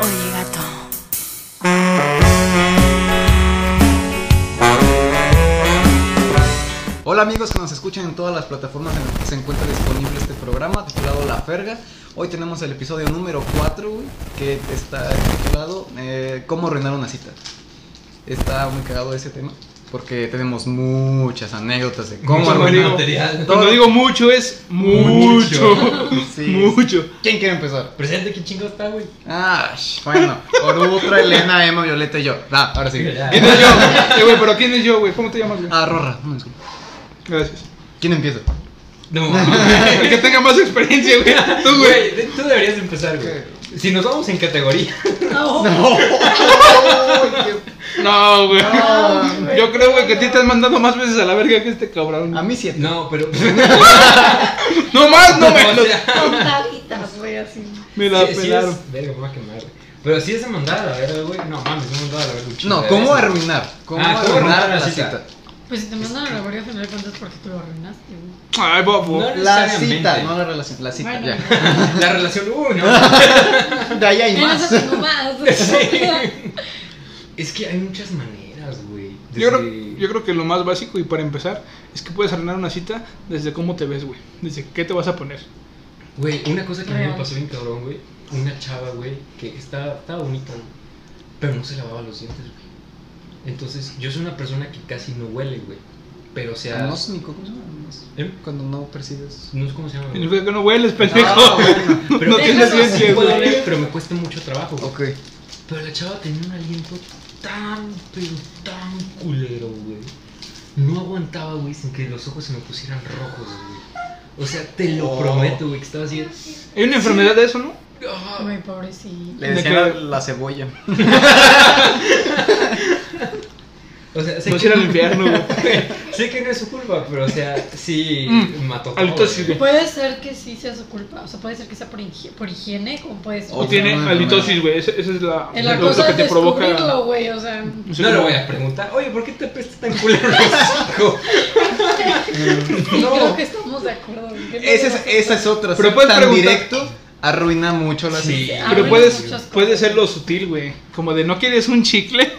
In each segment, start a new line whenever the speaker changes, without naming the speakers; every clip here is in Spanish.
Oye, gato.
Hola amigos que nos escuchan en todas las plataformas en las que se encuentra disponible este programa titulado La Ferga. Hoy tenemos el episodio número 4, güey, que está titulado eh, Cómo arruinar una cita. Está muy cagado ese tema porque tenemos muchas anécdotas de cómo
Mucho
arruinar
material.
todo.
Cuando digo mucho es mucho.
Mucho.
Mucho.
Sí. ¿Quién quiere empezar?
Presente quién chingo está, güey.
Ah, sh- bueno, Orutra, Elena, Emma, Violeta y yo. Ah, ahora sí.
Ya.
¿Quién-
¿Quién es yo?
Eh, güey, pero ¿quién es yo, güey? ¿Cómo te llamas, güey?
Ah, Rorra. no, disculpa.
Gracias.
¿Quién empieza?
No,
El que tenga más experiencia, güey. Tú, güey.
güey, de- tú deberías empezar, güey. Si nos vamos en categoría.
No.
No, güey.
No,
Yo creo, güey, que a ti te han mandado más veces a la verga que este cabrón.
A mí siete.
No, pero.
No más, no
O
menos.
sea,
Tajitas, güey, así.
Me la
sí- sí
pelaron.
es- verga, me voy a quemar, güey. Pero sí es de mandar a la verga, güey. No mames, me he mandado a la verga un chingo
No,
de
¿cómo
veces.
arruinar? ¿Cómo
Ah, ¿cómo
arruinar la cita?
Pues si te mandan a la verga, al final de cuentas, porque tú lo arruinaste, güey.
Ay, babo.
No,
La
necesariamente.
cita, no la relación, la cita,
Bueno,
ya.
La relación, uh, no.
De ahí hay
en eso
más.
tengo más.
es que hay muchas maneras, güey.
Yo creo,
Desde-
yo creo que lo más básico y para empezar es que puedes arreglar una cita desde cómo te ves, güey. Desde qué te vas a poner.
Güey, una cosa que a mí me
Real.
pasó bien cabrón, güey. Una chava, güey, que estaba, estaba bonita, güey, pero no se lavaba los dientes, güey. Entonces, yo soy una persona que casi no huele, güey. Pero, o
Ah,
sea. No,
Anósmico, ¿cómo se llama? Anos-
¿Eh?
Cuando no percibes.
no sé cómo se llama. güey.
Significa que no hueles, pendejo.
Ah, bueno.
Pero
no tienes
sí
ciencia,
puedo
güey.
oler, pero me cuesta mucho trabajo, güey.
Ok.
Pero la chava tenía un aliento tan, pero tan culero, güey. No aguantaba, güey, sin que los ojos se me pusieran rojos, güey. O sea, te lo
Oh.
prometo, güey, que estaba así. de-
Hay una enfermedad de eso, ¿no?
Ah,
Güey, pobrecito.
Le
De
decían
que-
la- la cebolla.
O sea, sé
No
que-
ir al infierno, güey.
sé que no es su culpa, pero o sea, sí
Mm.
mató todo.
Ahorita sí,
güey.
Puede ser que sí sea su culpa. O sea, puede ser que sea por, higie- por higiene, como puede ser.
O
O
tiene
no, no,
halitosis, güey. Esa, esa es la,
en la
lo,
cosa
lo que
de
te provoca.
descubrirlo, güey, o sea.
no sé
No le
cómo-
voy a preguntar, oye, ¿por qué te apesta tan culero el hocico?
Eh,
sí,
No.
creo que estamos de acuerdo. güey, que no
Esa es,
nos-
esa es otra.
Pero
ser
puedes
tan
preguntar-
directo arruina mucho la
Sí.
cita.
Arruina
Pero puedes,
Ah, muchas cosas.
puedes serlo sutil, güey. Como de no quieres un chicle.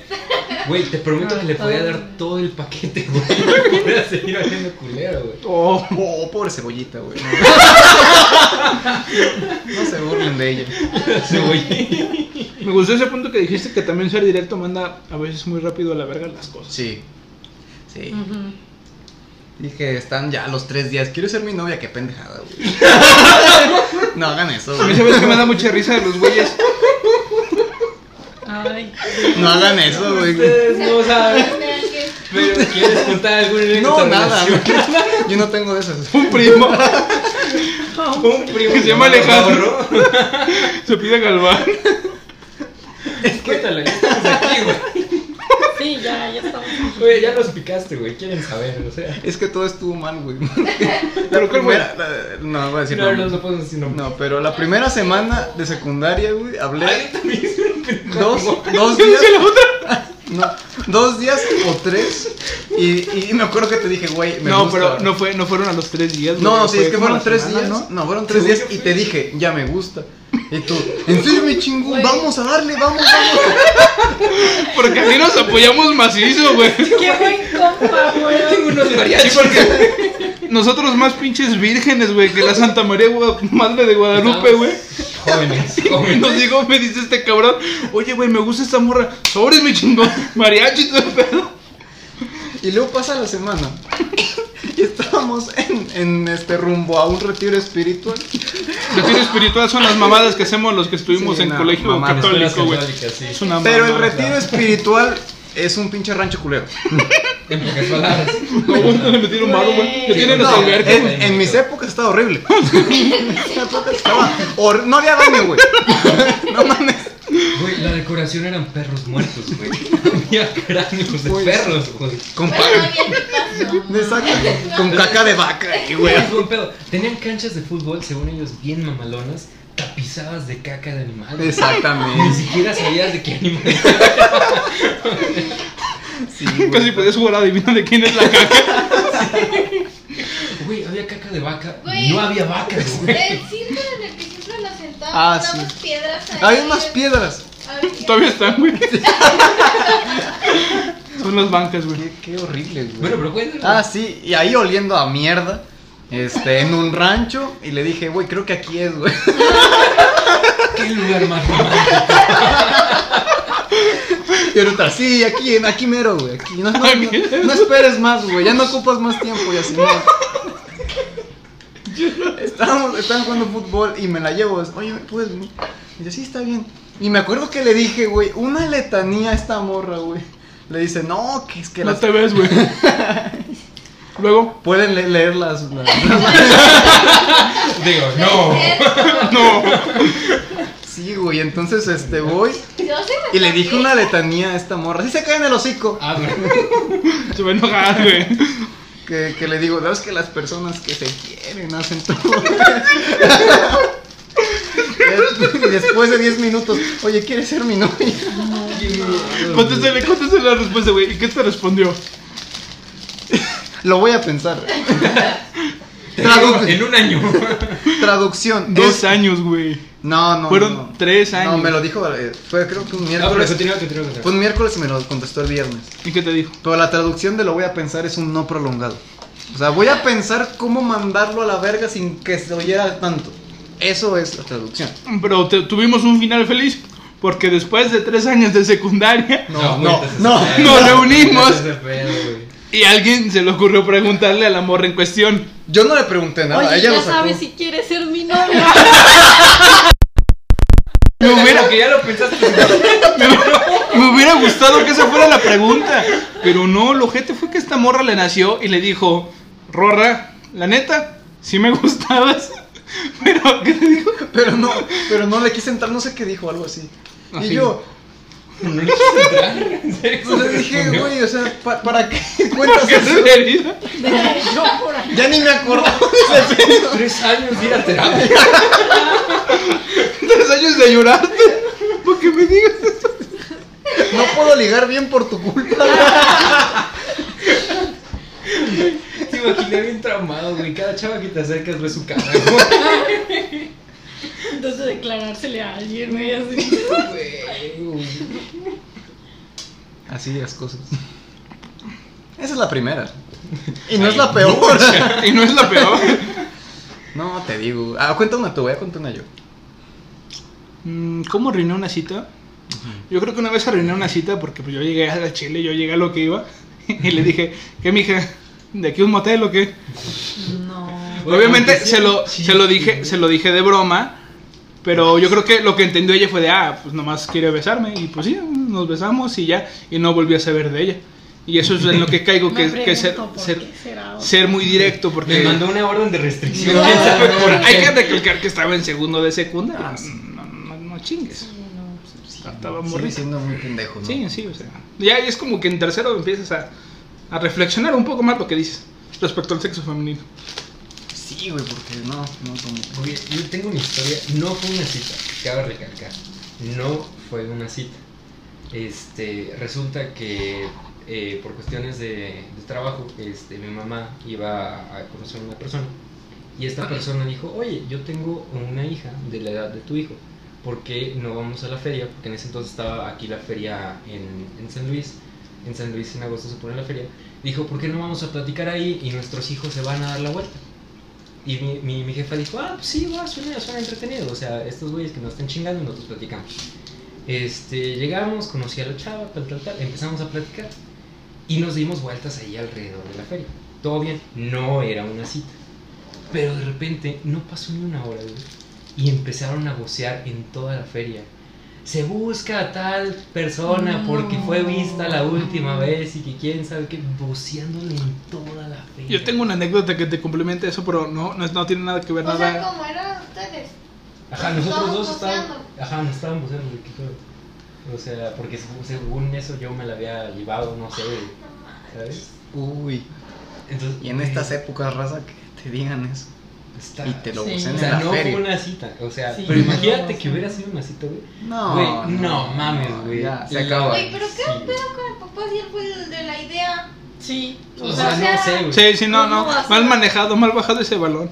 Güey, te prometo que le
No,
podía
todo.
dar todo el paquete, güey. Podía seguir haciendo culero, güey.
Oh,
Oh, pobre cebollita, güey. No se burlen de ella.
Sí, güey.
me gustó ese punto que dijiste que también ser directo manda a veces muy rápido a la verga las cosas.
Sí. Sí.
Ujú.
Dije, están ya los tres días. Quiero ser mi novia, qué pendejada, güey. No hagan eso,
A mí
güey.
sabes que me da mucha risa de los güeyes.
Ay.
No hagan eso, güey.
Ustedes no saben. Pero, ¿quieres contar algún evento?
No, nada. güey. Yo no tengo de esas.
Un primo
Un primo
que se llama
llamado
Alejandro. se pide Galván.
Rorro. Cuéntale, ya estamos aquí, güey.
Sí, ya, ya estamos.
Güey, ya los picaste, güey. Quieren saber, o sea.
Es que todo estuvo mal, güey.
Pero,
La
¿cuál fue?
primera. la- No, voy a decir.
No,
nombres.
no, no podemos decir nombre.
No, pero la primera semana de secundaria, güey, hablé
También es una pendejada.
dos, dos días. No, dos días o tres. Y, y me acuerdo que te dije, güey, me
No,
gusta.
pero no, fue, no fueron a los tres días. güey.
No, no, sí,
Fue
es que
como
fueron
a la
tres
semana,
días.
¿no?
No, fueron tres días y te dije, ya me gusta. Y tú, en serio, mi chingón,
Güey.
vamos a darle, vamos, vamos.
Porque así nos apoyamos macizo, güey.
Qué buen compa, güey.
Tengo unos
Sí,
mariachis.
porque nosotros más pinches vírgenes, güey, que la Santa María Gua- Madre de Guadalupe, güey.
Jóvenes,
Y Nos
jóvenes.
dijo, me dice este cabrón, oye, güey, me gusta esta morra. Sobres, mi chingón. Mariachi, todo el pedo.
Y luego pasa la semana. Y estábamos en, en este rumbo a un retiro espiritual.
Retiro espiritual son las mamadas que hacemos los que estuvimos
Sí,
en
no,
colegio
mamadas,
católico, güey.
Católicas, sí.
Es una
Pero el
mamada.
retiro espiritual es un pinche rancho culero.
En pocas palabras.
No, güey, no le metieron malo, güey. Que
Sí,
tienen
no,
las
eh,
albercas,
en,
güey.
en mis épocas estaba horrible. En mis épocas estaba hor- no había baño, güey. No mames.
Güey, la decoración eran perros muertos, güey. Había cráneos de
Güey.
perros, güey.
Con, pa-
Bueno,
Exacto, con caca de vaca, ahí, güey.
Es buen pedo. Tenían canchas de fútbol, según ellos, bien mamalonas, tapizabas de caca de animal. güey. Ni
Exactamente.
siquiera sabías de qué animal.
Sí, güey.
Casi podías jugar a adivinar de quién es la caca.
Güey, había caca de vaca.
Güey.
No había vacas, güey.
El circo en el que siempre nos sentábamos,
Ah,
unas
sí.
piedras ahí.
Hay unas piedras.
Había-
Todavía están, güey. Son las bancas, güey.
Qué, qué horrible, güey.
Bueno, pero cuéntame.
Ah, sí, y ahí oliendo a mierda. Este, en un rancho. Y le dije, güey, creo que aquí es, güey.
¿Qué lugar más romántico?
Y ahorita, sí, aquí, aquí mero, güey. Aquí. No, no, no- no esperes más, güey. Ya no ocupas más tiempo y así no. Estábamos, estaban jugando fútbol y me la llevo. es, Oye, pues, ¿puedes venir? Y yo, sí, está bien. Y me acuerdo que le dije, güey, una letanía a esta morra, güey. Le dice, no, que es que
No
las...
te ves, güey. Luego,
Pueden le- leer las... las-
Digo, no.
no.
Sí, güey, entonces, este, voy
Yo se me
y le dije
saqué.
una letanía a esta morra. Sí se cae en el hocico.
Ah, güey.
Se va a enojar, güey.
Que, que le digo, no, es que las personas que se quieren hacen todo. Y Después de 10 minutos, oye, ¿quieres ser mi novia?
Contéstale, contéstale la respuesta, güey. ¿Y qué te respondió?
Lo voy a pensar.
En- En un año. Ah,
Traducción.
Dos
es-
años, güey.
No, no.
Fueron
no.
tres años.
No, me lo dijo, eh, fue creo que un
Ah, pero
miércoles.
continúa, continúa,
Pues
continúa.
Fue un miércoles y me lo contestó el viernes.
¿Y qué te dijo?
Pero la traducción de lo voy a pensar es un no prolongado. O sea, voy a pensar cómo mandarlo a la verga sin que se oyera tanto. Eso es la traducción.
Pero te- tuvimos un final feliz porque después de tres años de secundaria
No,
güey,
no,
entonces
no,
ese pedo,
nos reunimos.
entonces ese pedo, güey.
y a alguien se le ocurrió preguntarle a la morra en cuestión.
Yo no le pregunté nada,
Oye,
ella
ya
lo sacó.
sabes si quieres ser mi novia.
Me hubiera,
Como que ya lo pensaste.
me hubiera gustado que esa fuera la pregunta. Pero no, lo gente fue que esta morra le nació y le dijo, Rorra, la neta, si me gustabas. Pero, ¿qué te dijo?
Pero no, pero no le quise entrar, no sé qué dijo, algo así.
Ah,
y
sí.
yo,
No le quise entrar. ¿En serio?
pues le dije, güey, o sea, ¿pa- ¿para qué cuentas
¿Qué
eso?
te dijo?
Mira, yo por ahí.
Ya ni me acordaba de ese pedo.
Tres años de ir a terapia.
Tres años de llorarte. Porque me digas eso.
No puedo ligar bien por tu culpa.
Te imaginé bien traumado, güey. Cada chava que te acercas ve su cara. güey.
Entonces declarársele a alguien, güey, así.
Güey.
Así las cosas. Esa es la primera. Y no es la peor.
Y no es la peor.
No, te digo. Ah, cuenta una tú, voy a contar una yo.
Mm, ¿Cómo arruiné una cita? Yo creo que una vez arruiné una cita porque pues, yo llegué a la Chile, yo llegué a lo que iba y le dije, ¿qué mija? ¿De aquí un motel o qué?
No.
Güey,
Obviamente
aunque sea
se lo,
chiste,
se lo dije,
güey.
se lo dije de broma, pero yo creo que lo que entendió ella fue de, ah, pues nomás quiere besarme y pues sí, nos besamos y ya, y no volví a saber de ella. Y eso es en lo que caigo, que,
Me
que ser,
pregunto por
ser-
qué será.
ser muy directo
Me
porque...
mandó una orden de restricción.
No.
¿Quién sabe por qué?
Hay que recalcar que estaba en segundo de secundaria.
Ah, sí.
No, no, no chingues.
Sí, no, pues, sí.
Estaba
Sigue
morrito.
siendo muy pendejo, ¿no?
Sí, sí, o sea. Ya es como que en tercero empiezas a, a reflexionar un poco más lo que dices respecto al sexo femenino.
Sí, güey, porque no, no como.
Güey, yo tengo una historia, no fue una cita, cabe recalcar, no fue una cita. Este, resulta que eh, por cuestiones de, de trabajo, este, mi mamá iba a conocer a una persona y esta persona dijo, oye, yo tengo una hija de la edad de tu hijo, ¿por qué no vamos a la feria? Porque en ese entonces estaba aquí la feria en, en San Luis, en San Luis en agosto se pone la feria, dijo, ¿por qué no vamos a platicar ahí y nuestros hijos se van a dar la vuelta? Y mi, mi, mi jefa dijo, ah, pues sí, va, suena, suena entretenido. O sea, estos güeyes que nos están chingando, nosotros platicamos. Este, llegamos, conocí a la chava, tal, tal, tal, empezamos a platicar. Y nos dimos vueltas ahí alrededor de la feria. Todo bien, no era una cita. Pero de repente, no pasó ni una hora, güey. Y empezaron a vocear en toda la feria. Se busca a tal persona porque fue vista la última vez y que quién sabe qué, voceándole en toda la feria.
Yo tengo una anécdota que te complementa eso, pero no, no, es- no tiene nada que ver
O sea,
nada.
como eran ustedes.
Ajá, nosotros
Estábamos
dos estábamos.
buceando.
Ajá, nos estábamos buceando, güey, qué pedo. O sea, porque seg- según eso yo me la había llevado, no sé, güey, ¿sabes?
Uy.
Entonces,
Y en
güey,
estas épocas, raza, que te digan eso.
Está-
Y te lo
Sí.
usan
O
en
sea,
la
no
feria.
fue una cita. O sea,
Sí,
pero
no,
imagínate
no,
que
sí.
hubiera sido una cita, güey.
No,
Güey, no mames, güey.
Ya, se
Y-
acaba.
Güey, pero qué
Sí.
pedo con el papá si él fue el de la idea.
Sí.
O sea,
sea,
no sé, güey.
Sí, sí, no,
¿Cómo
no.
vas a-
Mal manejado, mal bajado ese balón.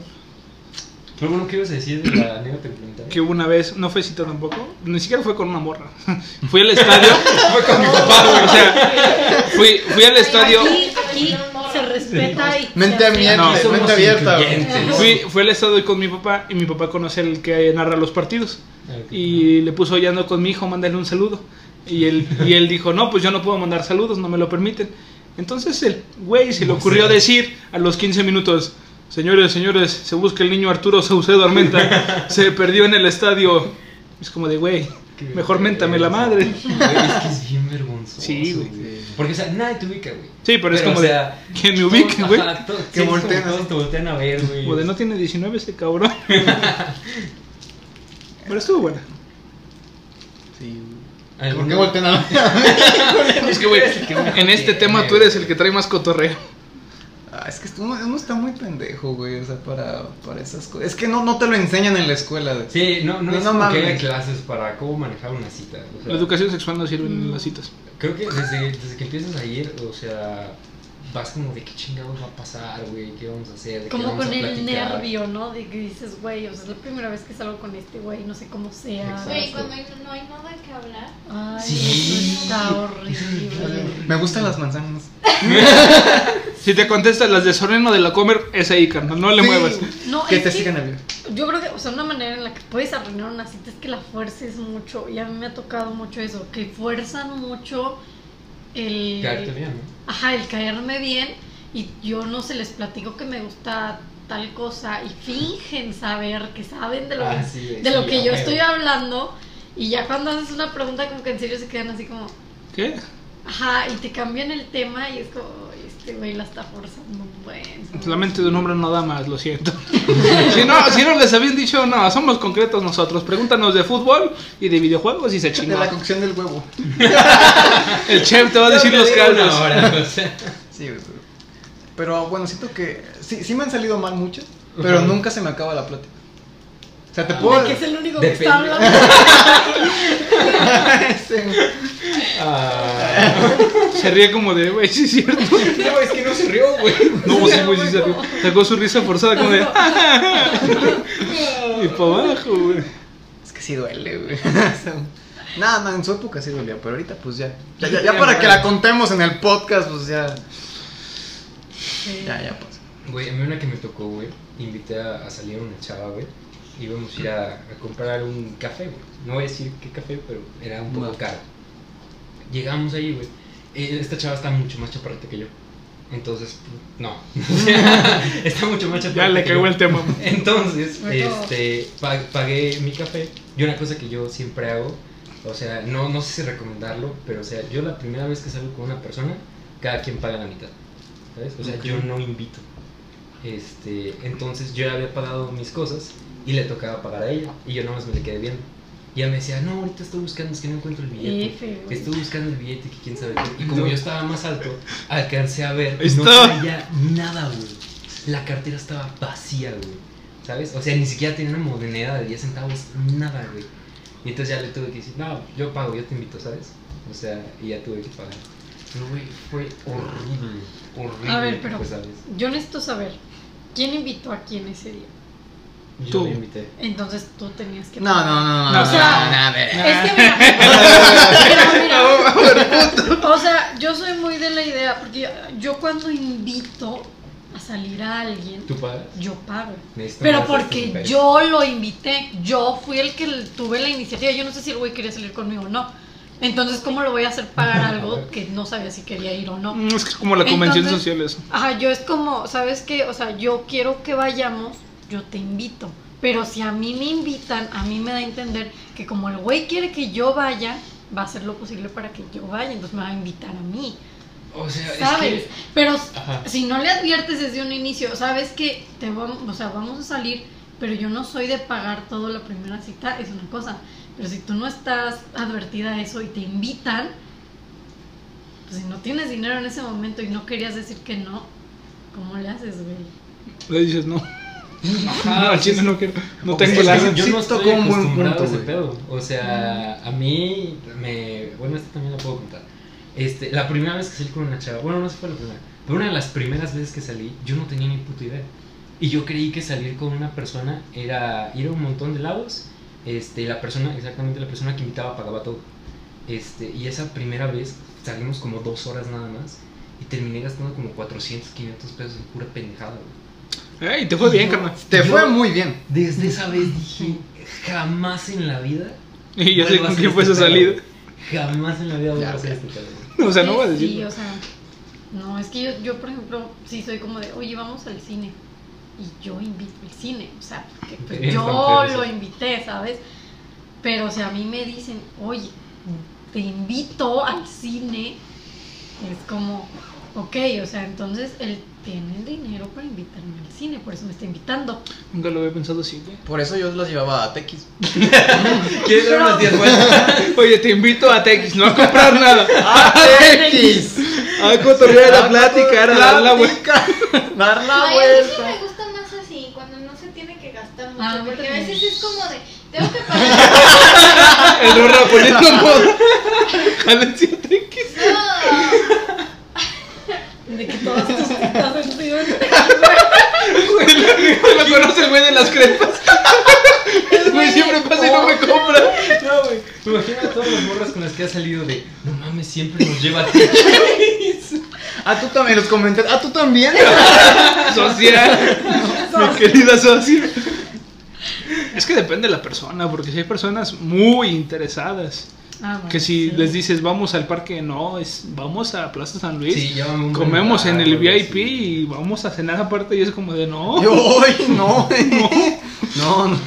Pero bueno, ¿qué ibas a decir de la anécdota complementaria?
Que hubo una vez, no fue cita tampoco, ni siquiera fue con una morra. Fui al estadio.
Fue con mi papá,
o sea, fui, fui al estadio.
Aquí, aquí se respeta y.
Mente
se hace-
abierta,
No,
somos
mente abierta.
incluyentes.
Fui, fui al estadio con mi papá y mi papá conoce el que narra los partidos.
Ok.
Y le puso, ya ando con mi hijo, mándale un saludo. Y él, y él dijo, no, pues yo no puedo mandar saludos, no me lo permiten. Entonces el güey se le
No
ocurrió
sé.
decir a los 15 minutos, señores, señores, se busca el niño Arturo Saucedo Armenta, se perdió en el estadio. Es como de, güey,
Qué
mejor méntame la madre.
Güey, es que es bien vergonzoso.
Sí, güey.
Porque, o sea, nadie te ubica, güey.
Sí, pero es como
o
de,
sea,
que me
todos-
ubique, güey.
ajá, todos-
Que
sí, es como
volteen
todos
así.
te voltean a ver, güey.
Como de, no tiene 19 ese cabrón. Pero estuvo buena.
Sí.
Ay,
¿Por qué
no.
voltean a
Es que, güey, en este tema tú eres el que trae más cotorreo.
Ah, es que esto- uno, uno está muy pendejo, güey. O sea, para, para esas cosas. Es que no, no te lo enseñan en la escuela. güey.
Sí, no, no,
No,
es
no
como que haya
mames.
clases para cómo manejar una cita. o sea,
La educación sexual no sirve en las citas.
creo que desde, desde que empiezas a ir, o sea, vas como de qué chingados va a pasar, güey, qué vamos a hacer, de qué
Como
vamos
con
a
el
platicar.
nervio, ¿no? De que dices, güey, o sea, es la primera vez que salgo con este güey, no sé cómo sea.
Exacto.
Güey, cuando hay- no hay nada que hablar.
Ay,
Sí.
eso está horrible.
Me gustan las manzanas.
Si te contestas las de Soreno de la Comer, es ahí, carnal, no le
Sí.
muevas.
No,
Que
es
te
que
sigan a ver.
Yo creo que, o sea, una manera en la que puedes arruinar una cita es que la fuerces mucho. Y a mí me ha tocado mucho eso, que fuerzan mucho el.
Caerte bien, ¿no?
Ajá, el caerme bien. Y yo no se les platico que me gusta tal cosa. Y fingen saber que saben de lo que
Ah, sí,
de lo
sí,
que
a
yo
huevo.
estoy hablando y ya cuando haces una pregunta como que en serio se quedan así como,
¿Qué?
ajá, y te cambian el tema y es como, "Ay, este güey la está forzando un buen.
La mente de un hombre no da más, lo siento. Si no, si no les habían dicho, no, somos concretos nosotros. Pregúntanos de fútbol y de videojuegos y se
De
chingó.
la cocción del huevo.
El chef te va a decir los caldos.
Ahora, o sea.
Sí, güey. Pero bueno, siento que. Sí, sí me han salido mal muchas. Pero
Ujú.
nunca se me acaba la plática. O sea, te
Ah.
puedo.
De que es el único que está
Depende.
hablando.
Sí, güey.
Ah,
Se ríe como de, güey, sí es cierto.
no, es que no se rió, güey.
No, sí, güey, sí se rió. Sacó su risa forzada como de, "Ah", y para abajo, güey.
Es que sí duele, güey. Nada, no, en su época sí dolía, pero ahorita pues ya. Ya, ya,
Ya,
ya para
ya.
que la contemos en el podcast, pues ya. Ya, ya, pues.
Güey, a mí una que me tocó, güey, invité a, a salir a una chava, güey. Íbamos a ir a, a comprar un café, güey. No voy a decir qué café, pero era un poco
No.
caro. Llegamos ahí, güey. Eh, Esta chava está mucho más chaparrita que yo. Entonces, no. está mucho más chaparrita.
Ya le
que
cagó
yo.
el tema.
Entonces,
Me acabo.
este, pa- pagué mi café. Y una cosa que yo siempre hago, o sea, no, no sé si recomendarlo, pero o sea, yo la primera vez que salgo con una persona, cada quien paga la mitad. ¿Sabes? O sea, yo no invito. Este, entonces yo ya había pagado mis cosas y le tocaba pagar a ella. Y yo nomás me le quedé viendo. Y ella me decía, no, ahorita estoy buscando, es que no encuentro el billete.
F, güey.
Estoy buscando el billete, que quién sabe qué. Y como yo estaba más alto, alcancé a ver,
Ahí
no
está.
traía nada, güey. La cartera estaba vacía, güey. ¿Sabes? O sea, ni siquiera tenía una moneda de 10 centavos, nada, güey. Y entonces ya le tuve que decir, no, yo pago, yo te invito, ¿sabes? O sea, y ya tuve que pagar. Pero, güey, fue horrible, horrible.
A ver, pero-
pues, ¿sabes?
Yo necesito saber quién invitó a quién ese día.
Yo
Tú.
le invité.
Entonces tú tenías que.
No, no, no, no.
No,
no,
o
sea-
no, no, a ver.
Es que mira, pero mira, o sea, yo soy muy de la idea, porque yo cuando invito a salir a alguien,
¿Tú pagas? este
yo pago.
Necesito
Pero
más de estos
porque
pesos.
yo lo invité, yo fui el que l- tuve la iniciativa, yo no sé si el güey quería salir conmigo o no. Entonces, ¿cómo lo voy a hacer pagar algo que no sabía si quería ir o no?
Mm, Es que es como la convención
Entonces-
social eso.
Ajá, yo es como, ¿sabes qué? O sea, yo quiero que vayamos, yo te invito. Pero si a mí me invitan, a mí me da a entender que como el güey quiere que yo vaya, va a hacer lo posible para que yo vaya, entonces me va a invitar a mí,
O sea,
¿sabes?
es que...
Pero
Ajá.
si no le adviertes desde un inicio, sabes que te vamos, o sea, vamos a salir, pero yo no soy de pagar todo la primera cita, es una cosa. Pero si tú no estás advertida a eso y te invitan, pues si no tienes dinero en ese momento y no querías decir que no, ¿cómo le haces, güey?
Le dices, no. No, al chile no quiero. No tengo
Es
el
que
asa.
yo- sí tocó un buen
acostumbrado
punto,
a ese
güey.
pedo. O sea, a mí me. Bueno, esta también la puedo contar. Este, la primera vez que salí con una chava, bueno, no sé si fue la primera, pero una de las primeras veces que salí, yo no tenía ni puta idea. Y yo creí que salir con una persona era ir a un montón de lados. Este, la persona, exactamente la persona que invitaba pagaba todo. Este, y esa primera vez salimos como dos horas nada más y terminé gastando como 400, 500 pesos en pura pendejada, güey.
Ey, te fue bien, carnal.
Te
Yo-
fue muy bien.
Desde esa vez dije, jamás en la vida.
Y ya sé
vuelvo
con
a hacer
quién fue
este
esa
pedo.
salida.
Jamás en la vida voy a hacer este pedo.
O sea, no voy a
Sí,
decir.
o sea, no, es que yo, yo, por ejemplo, sí soy como de, oye, vamos al cine. Y yo invito al cine, o sea, porque, pues,
Eres
yo
fronteriza.
lo invité, ¿sabes? Pero, o sea, a mí me dicen, oye, te invito al cine, es como, ok, o sea, entonces él tiene el dinero para invitarme al cine, por eso me está invitando.
Nunca lo había pensado así, güey.
Por eso yo los llevaba a Tequis.
¿Quieres dar unas 10 vueltas?
Oye, te invito a TX, no a comprar nada.
Ah,
Ah,
¡A
A cotorrear la plática, era dar la vuelta.
Plática. Dar la
Ay, a mí sí
vuelta.
me gusta más así, cuando no se tiene que gastar mucho.
Ah,
porque a
también.
veces es como de, tengo que pagar.
El Rorra poniendo moda. Jálense a TX.
No.
De que todas tus citas han sido en-
Me conoce el güey de las crepas. El güey siempre pasa y no me compra.
No, güey. Imagina a todas las morras con las que has salido de, no mames, siempre nos lleva a ti.
Ah, tú también, los comenté. Ah, tú también.
Social. Mi querida social. Es que depende de la persona, porque si hay personas muy interesadas,
Ah, bueno,
que si
sí.
les dices vamos al parque, no, es vamos a Plaza San Luis,
Sí, llámame un
comemos en
lugar,
el
algo así.
VIP y vamos a cenar aparte y es como de no.
Yo, ay, no.
No,
No,
no.
no.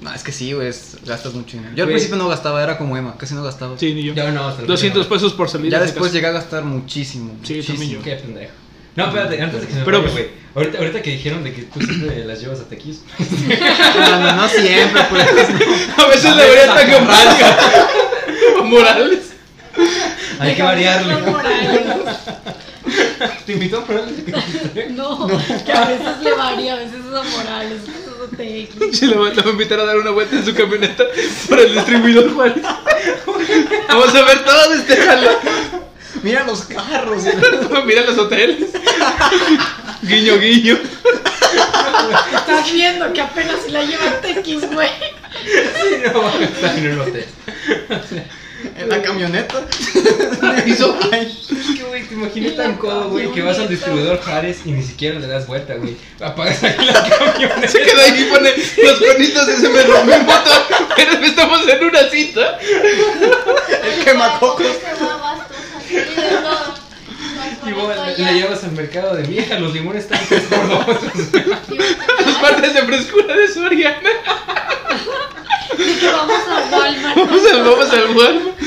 No, es que sí, güey, es- gastas mucho dinero. Yo al
Güey.
principio no gastaba, era como Emma, casi no gastaba.
Sí, ni yo.
Ya no, hasta
200 pesos por salir.
Ya
de
después
casa.
llegué a gastar muchísimo.
Sí,
muchísimo.
también yo.
Qué pendejo. No, espérate, antes de que se me
Pero,
vaya,
pues-
güey. Ahorita, ahorita que dijeron de que tú siempre las llevas a tequis.
No, no, no siempre, pues.
A veces le debería estar comprando. Morales.
Hay
Dejamos
que
los
variarle.
morales.
Te invito a probar el tequis.
No, que a veces le varía, a veces es a Morales, a veces es a TX.
Se lo va, lo va a invitar a dar una vuelta en su camioneta por el distribuidor Juárez. Vamos a ver todo este jalón.
Mira los carros.
Mira los hoteles. Guiño, guiño.
Estás viendo que apenas si la lleva TX, güey.
No, está en el hotel.
En la camioneta. Ay,
Es que, güey, te imaginé
Y
tan
la
codo, güey, que
camioneta.
vas al distribuidor Jares y ni siquiera le das vuelta, güey. Apagas ahí la camioneta.
Se queda ahí y pone los conitos y se me rompió un botón. Pero estamos en una cita.
El quemacocos.
Se va a bastos así de todo.
Y
Con
vos
esto
la
ya.
llevas al mercado de mierda, los limones están tres por dos.
Y vas a
Las
pagar.
partes de frescura de Soriana.
De que vamos a Walmart.
Vamos al, vamos al Walmart.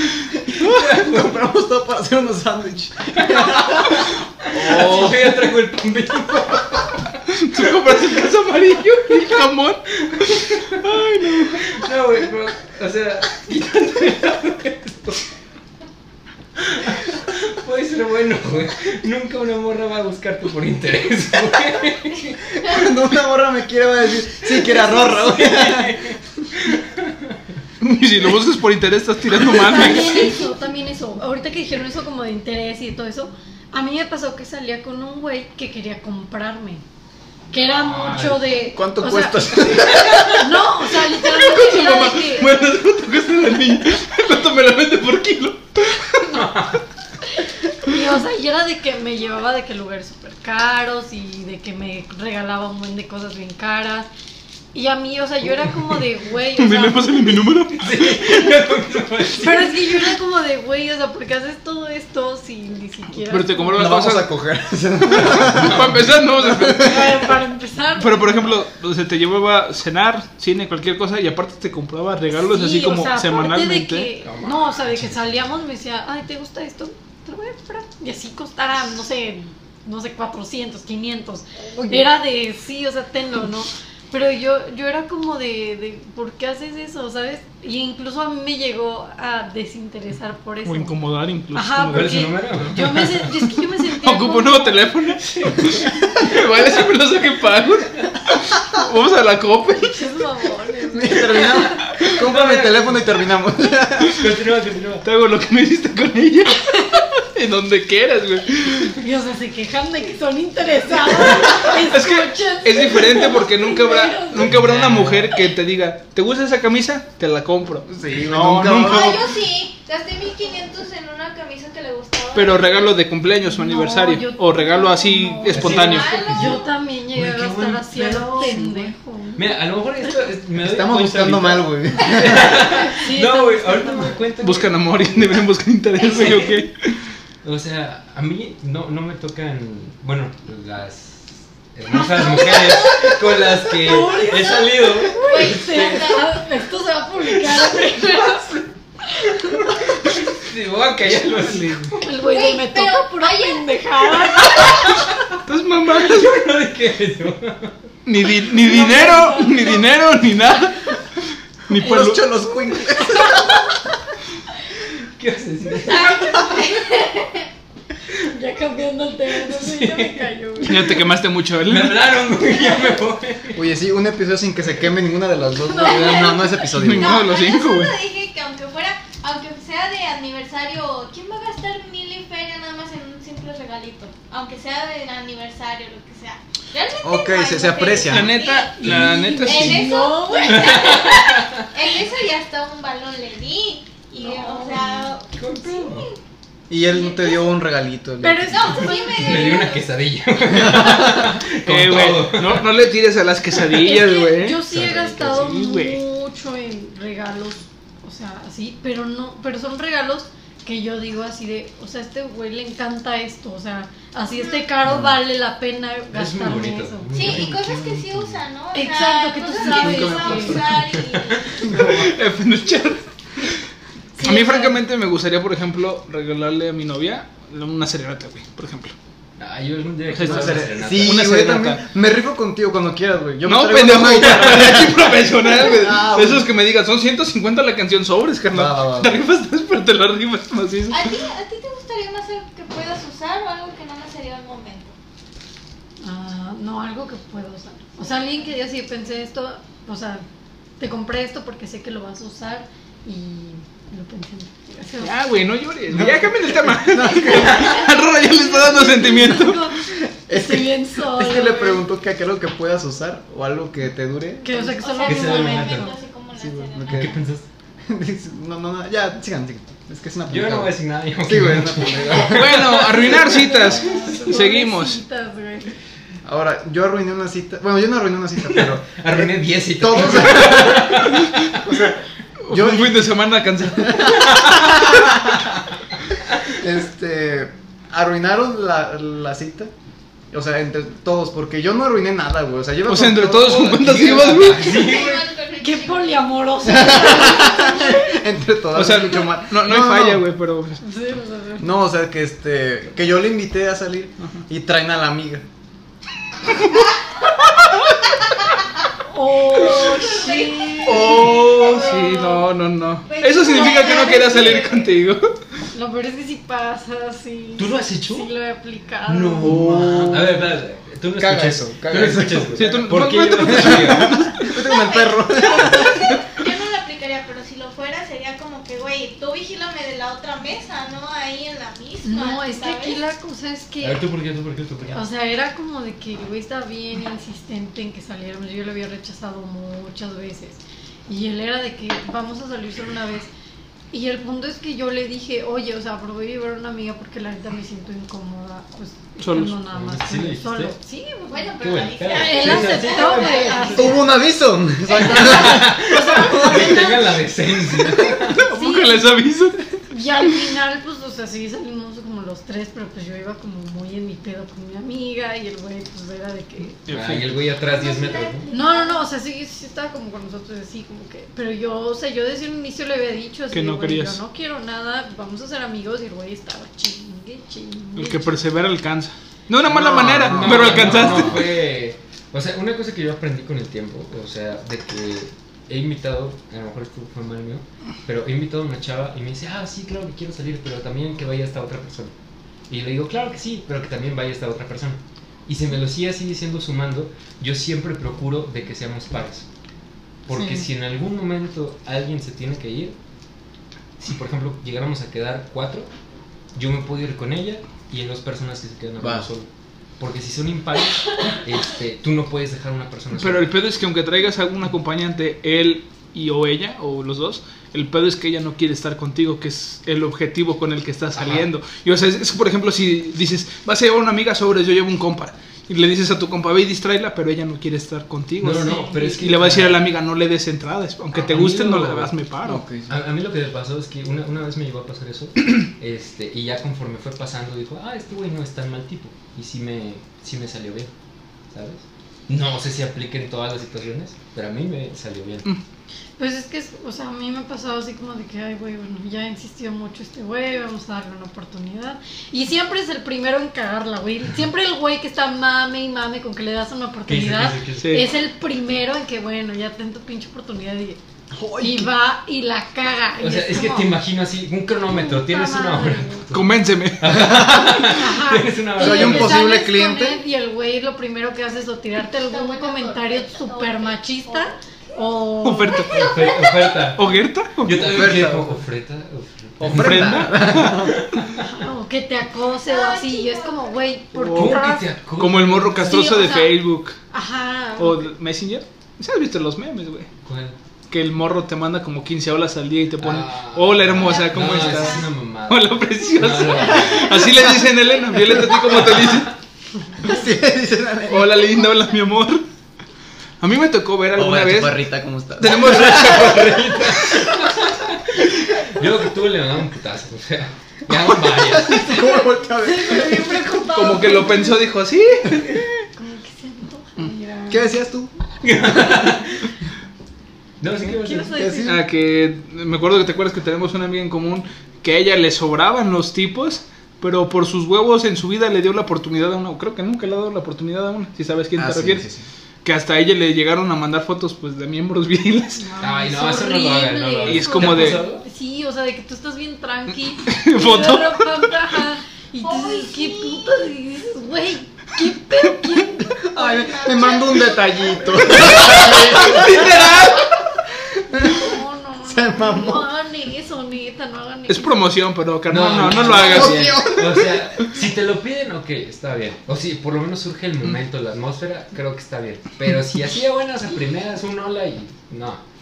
Compramos todo para hacer unos sándwiches.
Oh. Yo ya traigo el pan bimbo.
Tú compras el queso amarillo y el jamón.
No, güey, pero, o sea, quitando el lado de esto. Puede ser bueno, güey. Nunca una morra va a buscarte por interés, güey.
Cuando una morra me quiere, va a decir, sí, que era rorra, güey.
Y si lo buscas por interés, estás tirando mames.
También eso, también eso. Ahorita que dijeron eso como de interés y de todo eso, a mí me pasó que salía con un güey que quería comprarme. Que era mucho de.
¿Cuánto
o sea,
cuestas?
no, o sea, literalmente era de que.
Bueno, ¿cuánto cuesta el niño? ¿Cuánto me lo vende por kilo?
Y, o sea, y era de que me llevaba de que lugares súper caros y de que me regalaba un buen de cosas bien caras. Y a mí, o sea, yo era como de, güey, o
Dile,
sea,
pásale mi número.
pero es que yo era como de, güey, o sea, porque haces todo esto sin ni siquiera...
Pero te compró
La
las
vamos a
cosas.
coger.
Para empezar, no vamos a empezar.
Para, para empezar.
Pero por ejemplo, se te llevaba a cenar, cine, cualquier cosa y aparte te compraba regalos
Sí,
así
o
como
sea, aparte
semanalmente.
De que, no, o sea, de que salíamos me decía, ay, ¿te gusta esto? Te lo voy a comprar. Y así costara, no sé, no sé, 400, 500. Era de, sí, o sea, tenlo, ¿no? Pero yo, yo era como de, de, ¿por qué haces eso? ¿Sabes? Y incluso a mí me llegó a desinteresar por eso.
O incomodar incluso.
Ajá,
como de-
¿Cuál es su
porque-
número?
Yo me, sen- es que yo me sentía.
Ocupo
como-
un nuevo teléfono. Vale, siempre lo saque pago. Vamos a la Coppel.
Pinches babones, güey.
Terminamos. Cómprame el teléfono y terminamos.
Continúa, continúa.
Te hago lo que me hiciste con ella. En donde quieras, güey.
Y, o sea, se quejan de que son interesados.
Es que
Escuchen.
es diferente porque nunca habrá,
Primeros.
nunca habrá una mujer que te diga, ¿te gusta esa camisa? Te la compro.
Sí,
No,
nunca.
nunca.
Ah, yo sí. Gasté 1500 en una camisa que le gustaba.
Pero regalo de cumpleaños
No,
o aniversario.
yo-
o regalo así
no.
espontáneo.
Sí, vale.
Yo también llegué
Güey, qué
a
buen
estar así a
pedo,
lo
güey.
pendejo.
Mira, a lo mejor esto es- me doy
Estamos
cuenta
buscando mal,
ahorita.
güey.
Sí,
No,
estamos
güey,
buscando
ahorita me
mal.
doy cuenta. que-
Buscan amor y deberían buscar interés, güey, ¿o qué?
O sea, a mí no, no me tocan, bueno, las hermosas mujeres con las que he salido.
Güey,
este
Se-
neta,
Esto se va a publicar primero.
Sí, voy a callarlos.
El güey de
Güey,
me
pero
toca pura
ayer-
pendejada.
Estás mamada.
No dije eso.
Ni, di- ni dinero, ni dinero, ni nada. Ni
Los
pelu-
cholos cuincles.
¿Qué vas a decir?
Ya cambiando el tema, no sé, ya me cayó. güey.
Ya te quemaste mucho, ¿eh?
Me
¿verdad?
hablaron, güey, ya me voy.
Oye, sí, un episodio sin que se queme ninguna de las dos. güey. No, no, es episodio. güey.
Ninguno. No, los
yo
cinco,
solo
güey.
dije que aunque fuera, aunque sea de aniversario, ¿quién va a gastar mil y feria nada más en un simple regalito? Aunque sea de aniversario, lo que sea. Realmente
Ok,
no hay
se- se
mujeres.
aprecia.
La neta, pues la neta
En
sí.
eso,
No, güey.
en eso ya hasta un balón le di. Y, o sea,
Y él te dio un regalito. güey.
Pero es
no, sí me
Me
dio.
di una quesadilla. Con
Eh, güey,
todo.
no, no le tires a las quesadillas,
Es que
güey.
Yo sí he
Está rico,
gastado
sí, güey.
mucho en regalos, o sea, así, pero no, pero son regalos que yo digo así de, o sea, a este güey le encanta esto, o sea, así este caro vale la pena
Es muy
gastarme
bonito.
eso.
Sí, y cosas que sí usa, ¿no? O sea,
Exacto, que tú
cosas
sabes
que sí va a
que-
usar y...
Eh, Fenuchar.
Sí,
A mí,
o sea,
francamente, me gustaría, por ejemplo, regalarle a mi novia una serenata, güey, por ejemplo.
Ah, yo algún día
Una
quiero
Una
hacer
seren-
serenata.
Sí, güey,
Una
yo
serenata.
también. Me rifo contigo cuando quieras, güey. Yo me
no,
traigo
pendejo,
una guitarra.
mariachi profesional, güey.
Ah,
De
bueno.
Esos que me digan, son 150 la canción sobres, carnal.
Va, va, va,
Te
va.
rifas tres, pero te la rifas macizo.
¿A ti, ¿A ti te gustaría más algo que puedas usar o algo que no me sería el momento?
ah, no, algo que puedo usar. O sea, alguien que diga, sí, pensé esto, o sea, te compré esto porque sé que lo vas a usar y lo pensé. O sea,
Ah, güey, no llores. güey. Ya cambien el tema. Al Rora ya le está dando sentimiento.
Es
Estoy
que-
bien solo.
Es que le
güey.
preguntó que aquello que puedas usar o algo que te dure.
Que, o sea, que
O
solo
sea,
que
un
sea el
momento.
momento, así como la
Sí, güey,
serenata.
ok.
¿Qué pensás?
Dice, No, no, no, ya, sigan, sigan. Es que es una
Yo no
pendejada.
voy a decir nada. yo-
Sí, güey, es una pendejada.
Bueno, arruinar citas. Seguimos.
Pobrecitas, güey.
Ahora, yo arruiné una cita. Bueno, yo no arruiné una cita, pero.
Arruiné 10 y
Todos. o sea,
Yo
yo.
un fin de semana cansado.
Este. Arruinaron la, la cita. O sea, entre todos, porque yo no arruiné nada, güey. O sea, yo iba
O sea,
con
entre todos,
todo
¿cuántas
aquí,
ibas,
o
güey?
sea,
Sí, igual con el
Qué
chico.
poliamoroso.
Entre todas.
O sea,
escucho mal.
no, no hay falla, güey, pero.
Sí, o sea, sí.
No, o sea, que este. Que yo le invité a salir y traen a la amiga.
Oh, shit.
Oh, sí, no, no, no. Eso significa que no quería salir contigo.
Lo peor es que si pasa, sí.
¿Tú lo has hecho?
Sí, lo he aplicado.
A ver, espérate. Tú no
Caga
escuchas.
eso,
Tú
caga
no
eso.
escuchas, güey.
Sí, tú no-
¿Por
no-
qué
no
yo
te
no
metas.
sabía?
Vete con el perro.
Yo no lo aplicaría, pero si lo fuera sería como que, güey, tú vigílame de la otra mesa, ¿no? Ahí en la misma.
No, es que
¿sabes?
aquí la cosa es
A ver,
que.
¿tú por qué? ¿Tú por qué? ¿Tú por qué?
O sea, era como de que el güey estaba bien insistente en que saliéramos. Yo lo había rechazado muchas veces. Y él era de que vamos a salir solo una vez. Y el punto es que yo le dije, oye, o sea, pero voy a llevar a una amiga porque la neta me siento incómoda. Pues
Solos.
estando nada más.
¿Sí le
con- solo.
dijiste?
Sí, pues,
Bueno,
Qué
pero
bueno.
la dije,
caga.
Él
Sí, o sea,
aceptó, güey.
Hubo un aviso.
Que tengan la decencia.
¿Cómo que les aviso?
Y al final, pues, o sea, sí salimos como los tres, pero pues yo iba como muy en mi pedo con mi amiga y el güey, pues era de que.
Ah, y el güey atrás 10 metros. ¿no?
No, no, no, o sea, sí, sí estaba como con nosotros, así como que. Pero yo, o sea, yo desde un inicio le había dicho así:
Que
de,
no
"Güey,
querías.
Yo no quiero nada, vamos a ser amigos. Y el güey estaba chingue, chingue.
El que
chingue.
persevera alcanza. De una mala manera,
No,
pero
no,
alcanzaste.
No, fue. O sea, una cosa que yo aprendí con el tiempo, o sea, de que he invitado, a lo mejor esto fue mal mío, pero he invitado a una chava y me dice, ah, sí, claro que quiero salir, pero también que vaya esta otra persona. Y le digo, claro que sí, pero que también vaya esta otra persona. Y se me lo sigue así diciendo sumando, yo siempre procuro de que seamos pares. Porque
Sí.
si en algún momento alguien se tiene que ir, si por ejemplo llegáramos a quedar cuatro, yo me puedo ir con ella y hay dos personas que se quedan
Va.
hablando solo. Porque si son impares, este, tú no puedes dejar a una persona sola.
Pero el pedo es que aunque traigas a un acompañante, él y o ella, o los dos, el pedo es que ella no quiere estar contigo, que es el objetivo con el que estás
Ajá.
saliendo. Y o sea, es, es, por ejemplo, si dices, vas a llevar una amiga sobres, yo llevo un compa. Y le dices a tu compa, ve y distráela, pero ella no quiere estar contigo.
No, no, Ah, no, pero es que-
Y le va a decir a la amiga, no le des entradas. Aunque te
A- a
gusten,
mí
no
lo-
le das, me paro.
Ok, sí.
A, a mí lo que me pasó es que una, una vez me llegó a pasar eso, este, y ya conforme fue pasando dijo, ah, este güey no es tan mal tipo, y sí me, sí me salió bien, ¿sabes? No sé si aplica en todas las situaciones, pero a mí me salió bien.
Mm.
Pues es que, es- o sea, a mí me ha pasado así como de que, ay, güey, bueno, ya insistió mucho este güey, vamos a darle una oportunidad. Y siempre es el primero en cagarla, güey. Siempre el güey que está mame y mame con que le das una oportunidad
Sí.
es el primero en que, bueno, ya ten tu pinche oportunidad y, y va y la caga.
O
Y
sea, es que
como,
te imagino así, un cronómetro,
puta
tienes una
madre,
hora.
güey.
Convénceme.
Ajá.
Tienes una
Y
hora.
Soy un
te
posible
sales con
cliente.
él Y el güey lo primero que hace es o tirarte algún comentario super machista o...
Oferta.
Ofe- Oferta.
¿Oguerta?
Yo también
Oferta.
quiero oferta. oferta.
Ofrenda.
O que te acose o así. Y es como, güey, ¿por
Oh.
qué?
¿Cómo
estás-
que te acuerdas?
Como el morro castroso
Sí, o
de
sea-
Facebook.
Ajá.
O de Messenger. ¿Sí has visto los memes, güey?
¿Cuál?
Que el morro te manda como 15 olas al día y te pone,
Ah.
hola hermosa, ¿cómo
No, esa
estás?
Es una mamada.
Hola preciosa.
No, no, no.
Así le dicen a Elena, Violeta, ¿a ti cómo te dicen?
Sí, dice dale.
Hola linda, hola mi amor. A mí me tocó ver alguna
Hola,
vez.
chaparrita, ¿cómo estás?
Tenemos
Yo lo que tuve le mandaba un putazo, o sea, ya van varias.
¿Cómo voltea a ver?
como que lo pensó, dijo, sí.
Como que se antoja,
Mm.
mira.
¿Qué decías tú?
No, sí que vas a
¿Qué ibas
decir.
a decir?
Ah, que me acuerdo que te acuerdas que tenemos una amiga en común que a ella le sobraban los tipos, pero por sus huevos en su vida le dio la oportunidad a una. Creo que nunca le ha dado la oportunidad a una, si sabes quién
Ah,
te
sí,
refieres.
sí, sí.
Que hasta a ella le llegaron a mandar fotos pues de miembros viriles.
Ay, no, eso no lo hagan, no lo hagan.
Y es como
¿Te ha
de-
pasado?
Sí, o sea, de que tú estás bien tranqui.
Foto.
Y de repente, ajá, Y tú
Ay,
dices, qué
sí.
puta. Y dices, güey, qué pedo, qué.
Ay, me mando un detallito.
No, no, no.
Se mamó.
No hagan eso, neta, no hagan eso.
Es promoción, pero carnal, no, no, lo hagas.
bien. O sea, si te lo piden, ok, está bien. O si por lo menos surge el momento, la atmósfera, creo que está bien. Pero si así de buenas a primeras, un hola y. No.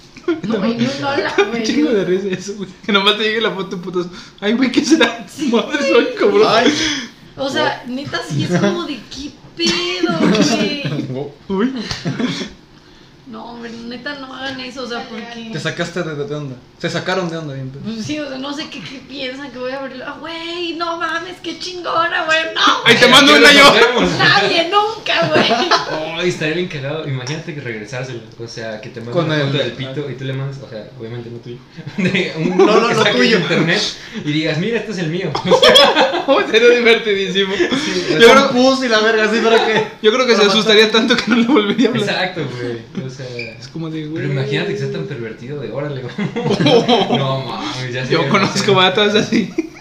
No, güey, no, no, la,
Un
güey.
chingo de risa eso, güey. Que nomás te llegue la foto, putas. Ay, güey, ¿qué será? Madre, soy cabrón.
O sea, neta, sí es como de qué pedo, güey.
Uy.
No, hombre, neta, no hagan eso, o sea, porque.
Te sacaste de, de onda. Se sacaron de onda bien. pero-
Pues sí, o sea, no sé qué, qué piensan que voy a abrirlo. Ah, güey, no mames, qué chingona, güey. No,
Ay, te mando una yo.
nadie nunca, güey.
Ah,
Oh, estaría bien cagado. Imagínate que regresárselo. O sea, que te mandan
Con
una
el-
foto del pito y tú le mandas, o sea, obviamente no tuyo. De un
No, no,
que
no
saques
tuyo.
de internet y digas, mira, este es el mío.
Sería divertidísimo.
Yo
Yo creo-
pus y la verga así para que.
Yo creo que se
Pero
asustaría tanto que no le volvería a hablar.
Exacto, güey. O sea.
Es como de, güey.
Pero imagínate que sea tan pervertido de órale. güey. no mames, ya
Yo
sería
conozco
demasiado.
vatas así.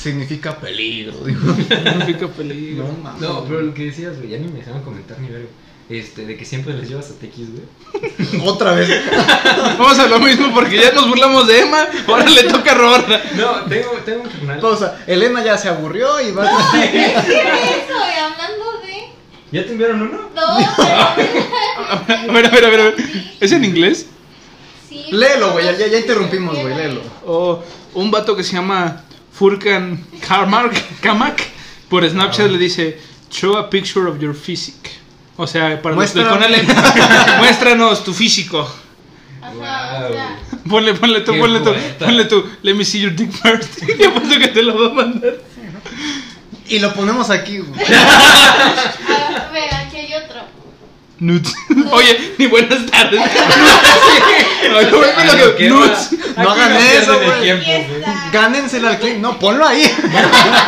Significa peligro, digo.
No pica peligro.
mames.
No, pero lo que decías, güey, ya ni me dejaron comentar ni verga. Este, de que siempre les llevas a TX, güey.
Otra vez.
Vamos a lo mismo porque ya nos burlamos de Emma. Ahora le toca a Rorra.
No, tengo, tengo un carnal.
Pues,
Pausa. Elena ya se aburrió y va.
¿Qué es eso? Y hablando de
¿Ya te enviaron uno?
dos,
A ver, a ver, a ver. a ver. ¿Es en inglés?
sí,
Léelo, güey. Ya, ya interrumpimos, güey. Léelo.
O un vato que se llama Furkan Karmark, Kamak, por Snapchat
Ah.
le dice, show a picture of your physique. O sea, para los
Muéstrame.
balcones, muéstranos tu físico.
Ajá, o sea,
Ponle, ponle tú,
Qué
ponle tú,
poeta.
ponle tú, let me see your dick first. Y apuesto que te lo va a mandar.
Y lo ponemos aquí, güey.
a ver, aquí hay otro.
Nuts. Oye, ni buenas tardes. Ay, no, vuelve lo que-
Ay, Ah, qué
Nuts.
No
Aquí
hagan
pierden
eso,
el
güey.
tiempo,
Aquí está.
Gánensela al clip. No, ponlo ahí.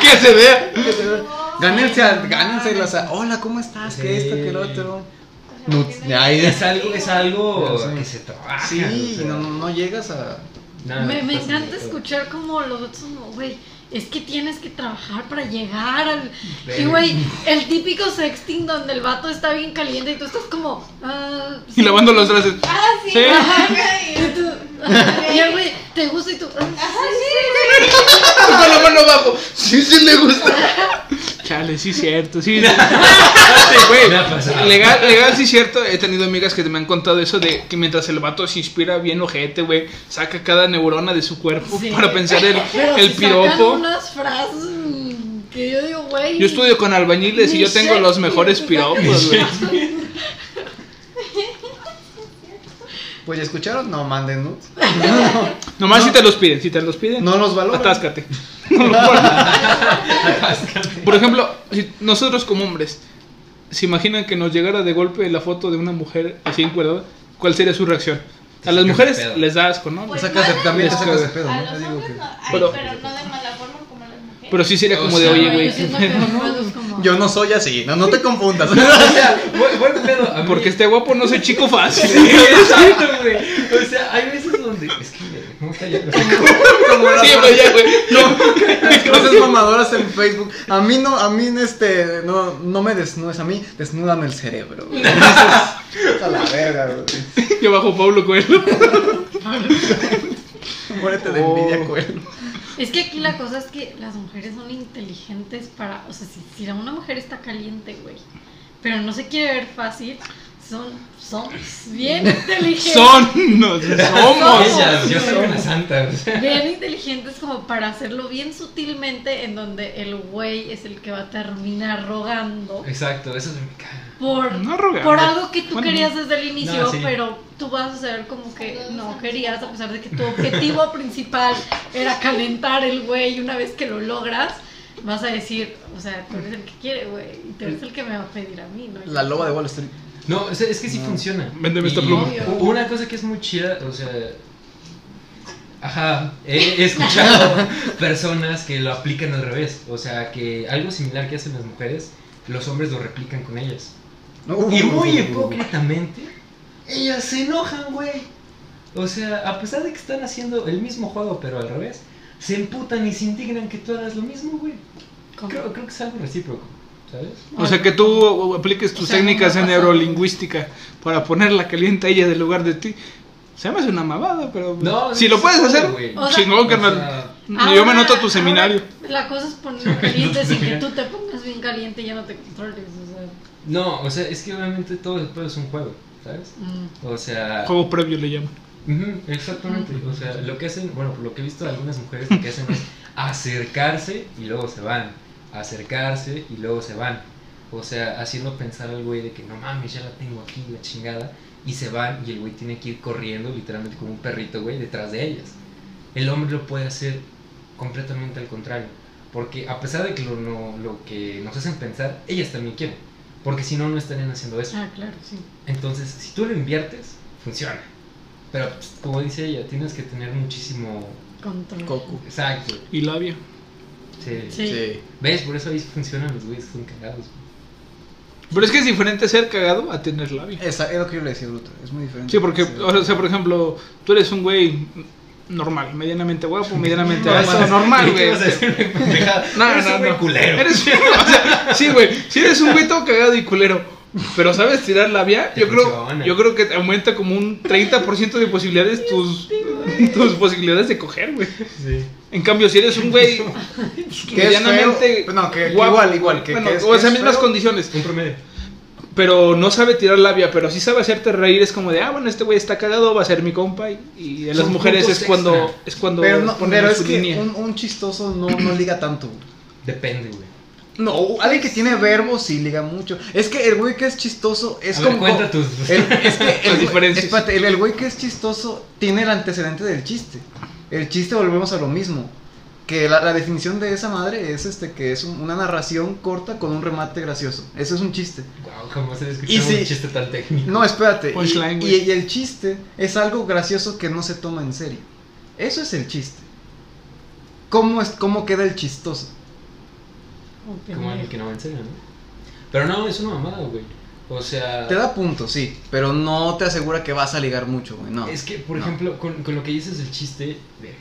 Que se vea.
No,
Gánense, a-
Sí, no
gánense
mames.
las a- Hola, ¿cómo estás?
Sí.
Que esto, que el otro.
O sea,
Nuts.
¿por
Ay,
qué no
Es algo, es algo
Ya sé.
que se trabaja.
Sí,
o sea,
no, no llegas a.
nada,
me, me
pues,
encanta
sí.
escuchar como los otros, como, güey, es que tienes que trabajar para llegar al... Y,
Ven.
güey, el típico sexting donde el vato está bien caliente y tú estás como... ah,
Y lavando los brazos.
Ah, sí.
Sí.
ajá,
Y
y-
tú, ah, y el güey, te gusta y tú... ah,
Ajá, sí, sí, sí.
Con la mano abajo. Sí, sí le gusta. Chale, sí, cierto. Sí, sí. Espérate, güey.
Me ha pasado.
Legal, legal, sí, cierto. He tenido amigas que me han contado eso de que mientras el vato se inspira bien ojete, güey, saca cada neurona de su cuerpo
Sí.
para pensar el,
Pero
el
si sacan
piropo.
unas frases mm, que yo digo, güey...
Yo estudio con albañiles y yo tengo los mejores piropos, güey.
Pues ya escucharon, no manden nudes.
Nomás si te los piden, si te los piden.
No los valoran.
Atáscate. No lo guardes. Por ejemplo, si nosotros como hombres, ¿se imaginan que nos llegara de golpe la foto de una mujer así encuerada? ¿Cuál sería su reacción? A las
sacas de
mujeres
pedo.
les da asco, ¿no?
Pues
sacas de-
no,
también te
no,
sacas de
no,
pedo,
A
¿no? Te
los
digo
hombres
que-
no, ay,
Pero-
pero, no de mala forma como las mujeres.
Pero sí sería como
O
de,
sea,
oye,
Yo
güey, ¿qué
siento que
pedo?
mi pedo es como-
Yo no soy así, no, no te confundas.
O sea, bu- buen pedo. a mí-
Porque este guapo no soy chico fácil.
Exacto, güey. O sea, hay veces donde. Es que me- me gusta ya.
Como las-
Sí, güey, ya, güey.
Cosas mamadoras en Facebook. A mí no, a mí este, no, no me desnudes, a mí desnúdame el cerebro. güey. Entonces, a la verga, güey.
Yo bajo Pablo Coelho.
Muérete de
Oh.
envidia, cuello.
Es que aquí la cosa es que las mujeres son inteligentes para. O sea, si, si una mujer está caliente, güey, pero no se quiere ver fácil, son, son bien inteligentes.
Son, no, somos.
Ellas, yo soy una santa. O sea.
Bien inteligentes como para hacerlo bien sutilmente, en donde el güey es el que va a terminar rogando
Exacto, eso es lo que me caga.
por,
No rogando.
por algo que tú
Bueno,
querías desde el inicio,
No, sí.
pero tú vas a saber como que no querías, a pesar de que tu objetivo principal era calentar el güey. y Una vez que lo logras, vas a decir, o sea, tú eres el que quiere, güey, y tú eres el que me va a pedir a mí, ¿no?
La loba de Wall Street.
No, o sea, es que sí
No.
funciona.
Véndeme esta
Y
pluma.
Obvio.
Una cosa que es muy chida, o sea. Ajá, he, he escuchado personas que lo aplican al revés. O sea, que algo similar que hacen las mujeres, los hombres lo replican con ellas. Y muy hipócritamente, ellas se enojan, güey. O sea, a pesar de que están haciendo el mismo juego, pero al revés, se emputan y se indignan que tú hagas lo mismo, güey.
Como-
Creo, creo que es algo recíproco, ¿sabes?
O sea, que tú apliques tus
O sea,
técnicas
nunca
en
pasó.
neurolingüística para ponerla caliente a ella del lugar de ti. Se me hace una mamada, pero
No,
si
sí,
lo puedes
sí,
hacer,
güey.
O sea-
chingón,
O
carnal.
sea,
Yo me
Ahora-
noto a tu
ahora
seminario.
La cosa es ponerlo caliente sin que
Seminario.
tú te pongas bien caliente y ya no te controles, o sea.
No, o sea, es que obviamente todo el pedo es un juego, ¿sabes?
mm.
O sea,
Juego previo le llaman.
ujú, exactamente. O sea, lo que hacen, bueno, por lo que he visto de algunas mujeres, lo que hacen es acercarse y luego se van. Acercarse y luego se van. O sea, haciendo pensar al güey de que no mames, ya la tengo aquí, la chingada. Y se van y el güey tiene que ir corriendo, literalmente como un perrito, güey, detrás de ellas. El hombre lo puede hacer completamente al contrario. Porque a pesar de que lo, no- lo que nos hacen pensar, ellas también quieren. Porque si no, no estarían haciendo eso.
Ah, claro, sí.
Entonces, si tú lo inviertes, funciona. Pero, pues, como dice ella, tienes que tener muchísimo.
Control.
Coco.
Exacto.
Y labia.
Sí.
Sí.
¿Ves? Por eso ahí funcionan los güeyes que son cagados. güey.
Pero es que es diferente ser cagado a tener labia.
Esa, es lo que yo le decía al otro, es muy diferente.
Sí, porque, o sea, por ejemplo, tú eres un güey normal, medianamente guapo, medianamente
No,
alto,
mames,
normal,
¿qué
güey.
vas a decir? Pendejada.
No,
Eres
no,
un güey
no.
culero.
Eres- o sea, sí, güey. Si eres un güey todo cagado y culero, pero sabes tirar labia,
Te
yo creo,
funciona.
yo creo que te aumenta como un 30% de posibilidades tus, tus posibilidades de coger, güey.
Sí.
En cambio, si eres un güey
es
medianamente
feo? No, que- que
guapo,
igual, igual, que-
bueno,
que es-
o
que
sea,
es
mismas
feo.
condiciones,
Un promedio.
pero no sabe tirar labia, pero sí sabe hacerte reír, es como de, ah, bueno, este güey está cagado, va a ser mi compa, y, y a las
Son
mujeres es
puntos
cuando,
extra.
es cuando
Pero, no,
ponen
pero es
su
que
línea.
un, un chistoso no, no liga tanto. güey.
Depende, güey.
No, alguien que tiene verbo sí liga mucho. Es que el güey que es chistoso es
A ver,
como.
cuenta tus-
el- es que el,
Las
güey-
diferencias.
espérate, el- el güey que es chistoso tiene el antecedente del chiste. El chiste volvemos a lo mismo. Que la, la definición de esa madre es este que es un- una narración corta con un remate gracioso. Eso es un chiste.
Wow, jamás he
Y
escuchado
si-
un chiste tan técnico.
No, espérate.
Punchline,
Y,
güey.
y- y el chiste es algo gracioso que no se toma en serio. Eso es el chiste. ¿Cómo, es, cómo queda el chistoso?
Oh,
Como alguien
pendejo.
que no me enseña, ¿no? Pero no, es una mamada, güey. O sea.
Te da puntos, sí, pero no te asegura que vas a ligar mucho, güey, no.
Es que, por
No.
ejemplo, con, con lo que dices el chiste, verga,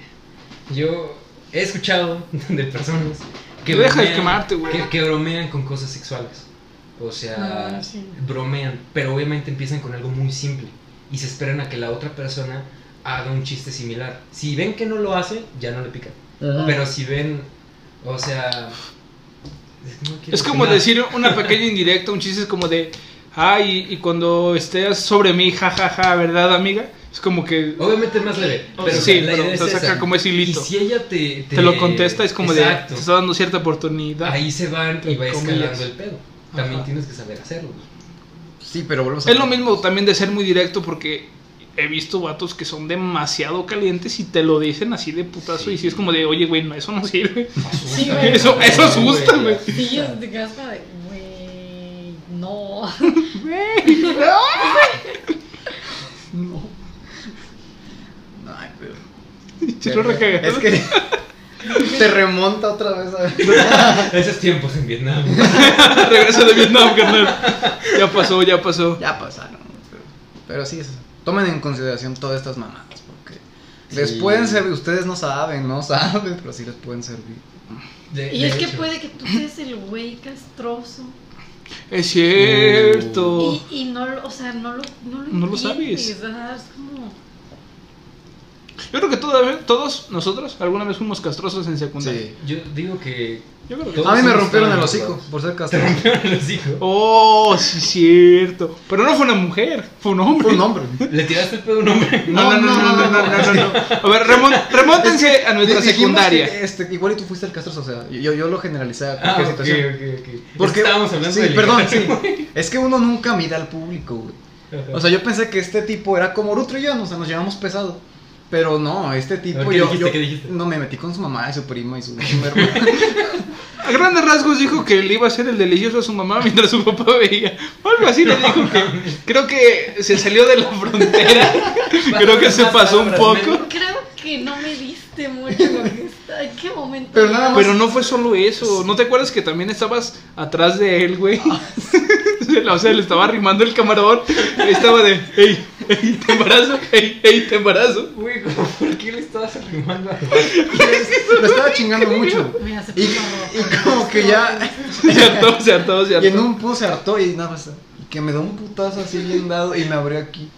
yo he escuchado de personas que
Deja de quemarte, güey.
que, que bromean con cosas sexuales. O sea,
Ah, sí.
bromean, pero obviamente empiezan con algo muy simple y se esperan a que la otra persona haga un chiste similar. Si ven que no lo hace, ya no le pican. Pero si ven, o sea... es que no quiero
Es como
opinar.
decir una pequeña indirecta, un chiste es como de, ay, y cuando estés sobre mí, jajaja, ¿verdad, amiga? Es como que
Obviamente es más leve.
O
Pero
sea, sí,
la
pero
idea es
te saca
esa.
como ese hilito.
Y si ella te...
te lo contesta, es como
Exacto.
de, te está dando cierta oportunidad.
Ahí se van y va
Comillas.
escalando el pedo. También
Ajá.
tienes que saber hacerlo. güey.
Sí, pero volvemos a
Es lo mismo también de ser muy directo porque he visto vatos que son demasiado calientes y te lo dicen así de putazo
Sí.
y si es como de, oye, güey, no, eso no sirve.
Sí, güey.
Eso- eso asusta, güey.
Sí, es de caspa de, güey, no.
No,
Ay, pero-
te lo recagué.
Es que te remonta otra vez a...
Esos tiempos en Vietnam.
Regreso de Vietnam, carnal. Ya pasó, ya pasó.
Ya pasaron. Pero, pero sí, es- tomen en consideración todas estas mamadas. Porque les
Sí.
pueden servir. Ustedes no saben, no saben, pero sí les pueden servir.
De-
Y
de
es que
hecho.
puede que tú seas el güey castroso.
Es cierto.
Y, y no, lo- o sea, no lo, no lo,
No lo sabes.
entiendes, ajá, Es como,
Yo creo que toda- todos nosotros alguna vez fuimos castrosos en secundaria.
Sí.
Yo digo que.
Yo creo que...
Todos
A mí me
hemos
rompieron
estado
el
en
hocico
lugares.
por ser
Te
castrado.
rompieron el hocico.
Oh, sí, cierto. Pero no fue una mujer, fue un hombre.
Fue un hombre.
Le tiraste el pedo a un hombre.
No, no, no, no, no, no, no, no. A ver, remon- remóntense a nuestra
Dijimos que,
secundaria.
este, igual y tú fuiste el castroso, o sea, yo, yo lo generalicé a
Ah,
cualquier
ok,
situación.
ok, ok.
Porque,
estábamos hablando
sí,
de.
perdón, sí. Es que uno nunca mira al público, güey. O sea, yo pensé que este tipo era como Rutro y yo, o sea, nos llevamos pesado. Pero no, este tipo
A ver, ¿qué
yo,
dijiste?
yo-
¿Qué dijiste?
no me metí con su mamá y su prima y su su hermana.
A grandes rasgos dijo que le iba a hacer el delicioso a su mamá mientras su papá veía. O Algo así le dijo que creo que se salió de la frontera. Creo que se pasó un poco.
creo que no me diste mucho. esta- ¿En qué momento?
Pero nada más-
Pero no fue solo eso. ¿No te acuerdas que también estabas atrás de él, güey? O sea, le estaba arrimando el camarón. Estaba de, hey, hey, te embarazo, hey, hey, te embarazo.
Güey, ¿cómo- ¿por qué le estabas arrimando a
Lo estaba chingando mucho.
Mira, se
Y,
puso-
y como que ya.
Se hartó, se hartó, se
Y en
hartó.
un punto se hartó y nada más. y Que me da un putazo así bien dado y me abrió aquí.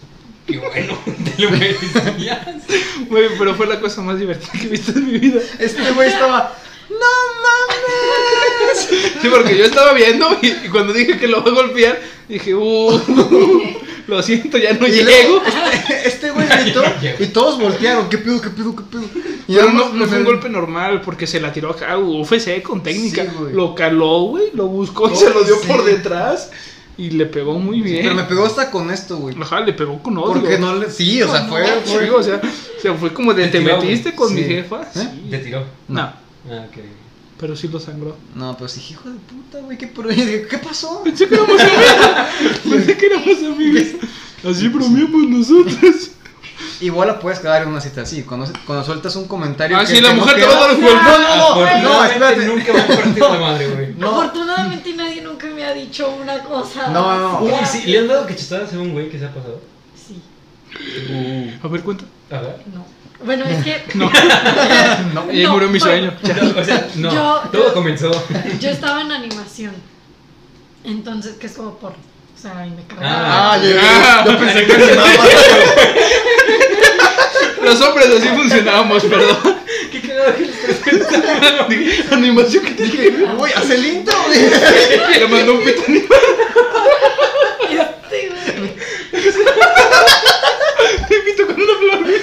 Qué bueno, te lo merecías.
Güey, pero fue la cosa más divertida que he visto en mi vida.
Este güey estaba. ¡No mames!
Sí, porque yo estaba viendo y, y cuando dije que lo va a golpear, dije, uh, lo siento, ya no
Y
llego.
luego, Este, este güey gritó y todos voltearon. ¿Qué pedo, qué pedo, qué pedo? Y
Pero
nada
no,
más
no
me-
fue un golpe normal porque se la tiró acá, UFC con técnica.
Sí, güey.
lo caló, güey, lo buscó y
Oh,
se lo dio
sí.
por detrás y le pegó muy bien.
Pero me pegó hasta con esto, güey.
Ajá, le pegó con odio.
Porque no le. Sí, o sea, fue.
Sí,
fue-
o sea, o sea, fue como de
Te
te
tiró,
metiste con
güey.
mi
Sí.
jefa.
¿Eh?
Sí.
Te tiró.
No,
Ah, ok.
pero sí lo sangró.
No, pero sí, hijo de puta, güey, ¿qué, pro- ¿qué pasó?
Pensé que éramos amigos. Pensé que éramos amigos. Así bromeamos nosotros.
Igual la puedes quedar en una cita así, cuando, cuando sueltas un comentario.
Ah,
que-
sí, la
que no
mujer te
queda-
va a dar un
No,
golpe.
no, no, no,
Afortunadamente,
espérate.
Nunca va a partir la madre, güey.
No,
Afortunadamente nadie nunca me ha dicho una cosa.
No, no, no.
Uy, sí, ¿le han dado cachetadas a un güey que se ha pasado?
Sí,
A ver, cuenta.
A ver.
no. Bueno, es que
No.
no.
Y ahí
No,
murió mi
no.
sueño.
No, o sea, no,
Yo-
todo
yo-
comenzó.
yo estaba en animación. Entonces, que es como por. O sea, y me cagaba.
Ah, yo,
Ah.
yo pensé que era nada
Los hombres así funcionábamos, perdón.
¿Qué cagado que le estás
Dije, Animación que te dije.
más. Uy, hace el intro, güey.
Le mandó un pito animal.
Este, güey.
Te pito con una flor.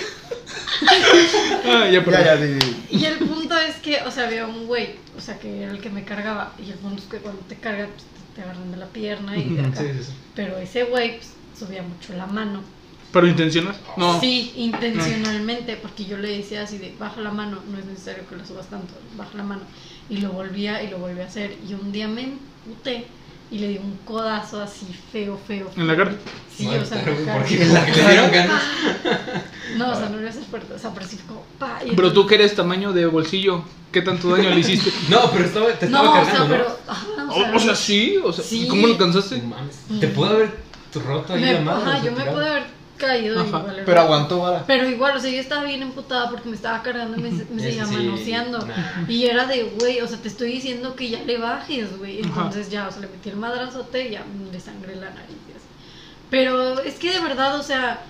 Ah, ya,
Ya, ya,
perdón.
di- di-
Y el punto es que, o sea, había un güey, o sea, que era el que me cargaba. Y el punto es que cuando te carga, pues, te- te agarran de la pierna y de acá.
Sí, sí, sí.
Pero ese güey pues, subía mucho la mano.
¿Pero intencionas? No.
Sí, intencionalmente, porque yo le decía así de, baja la mano, no es necesario que lo subas tanto, baja la mano. Y lo volvía y lo volvía a hacer. Y un día me emputé y le di un codazo así feo, feo.
¿En la cara?
Sí,
Ay,
o sea,
claro,
en la cara.
porque como que le dieron ganas.
No, o sea, no le haces fuerte. O sea, pero sí fue como, pa. y
Pero
entonces-
tú que eres tamaño de bolsillo, ¿qué tanto daño le hiciste?
No, pero estaba, te estaba
No, o sea,
cargando, ¿no?
pero. ajá,
O, o sea, sí, o sea,
Sí.
¿cómo lo
No
alcanzaste?
mames, Te pudo haber roto ahí
Mm. me-
la madre.
ajá,
o
yo
sea,
me
tirado.
pude haber caído
Ajá,
igual.
Pero aguantó vara.
Pero igual, o sea, yo estaba bien emputada porque me estaba cargando y me, me
Ese
seguía
Este, sí,
manoseando.
nah.
Y era de, güey, o sea, te estoy diciendo que ya le bajes, güey. Entonces ya, o sea, le metí el madrazote y ya mm, le sangré la nariz. y así. Pero es que de verdad, o sea,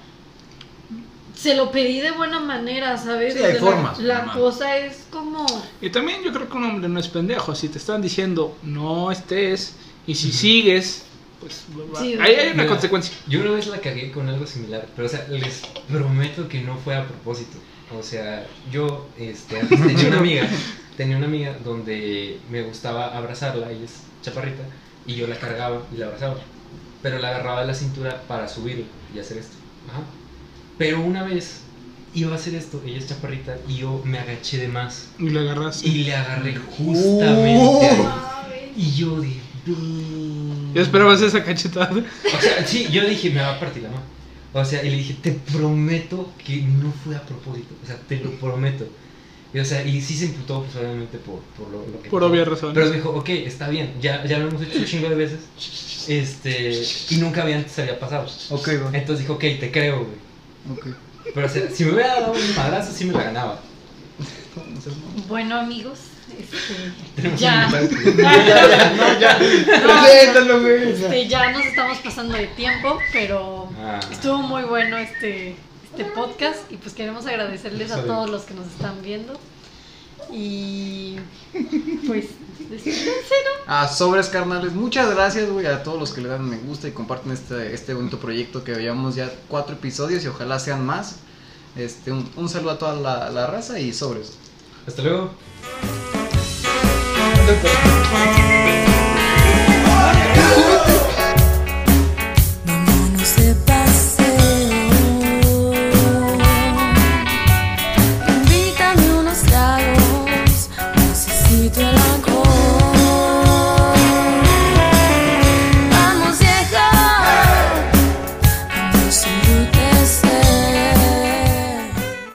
se lo pedí de buena manera, ¿sabes?
Sí,
O sea,
hay
la-
formas,
La,
mamá.
cosa es como.
Y también yo creo que un hombre no es pendejo. Si te están diciendo no estés y si sigues, pues va-
Sí,
ahí hay una
Mira.
consecuencia.
Yo una vez la cagué con algo similar, pero o sea, les prometo que no fue a propósito. O sea, yo este, antes tenía una amiga, tenía una amiga donde me gustaba abrazarla, ella es chaparrita, y yo la cargaba y la abrazaba, pero la agarraba de la cintura para subirla y hacer esto. Ajá. Pero una vez iba a hacer esto, ella es chaparrita, y yo me agaché de más
Y le agarras.
y le agarré justamente. ahí. Y yo dije, "Ve".
Yo esperabas esa cachetada.
O sea, sí, yo dije, me va a partir la mano. O sea, y le dije, te prometo que no fue a propósito. O sea, te lo prometo. Y, o sea, y sí se imputó, pues obviamente, por, por lo, lo que.
Por
pasó.
obvias razones.
Pero dijo, ok, está bien, ya, ya lo hemos hecho un chingo de veces. Este, y nunca había antes había pasado.
Ok, güey.
Entonces dijo, ok, te creo, güey.
Ok.
Pero o sea, si me hubiera dado un madrazo, sí me la ganaba.
No seas mamón.
Bueno, amigos, este,
Tenemos
ya.
No, ya.
No,
Preséntalo, güey.
Este, ya nos estamos pasando de tiempo, pero
Ah.
estuvo muy bueno este, este podcast y pues queremos agradecerles a
Sabe.
todos los que nos están viendo. Y pues, despídense.
A sobres carnales, muchas gracias, güey, a todos los que le dan me gusta y comparten este, este bonito proyecto que llevamos ya cuatro episodios y ojalá sean más. Este, un, un saludo a toda la, la raza y sobres.
Hasta luego.
Gracias.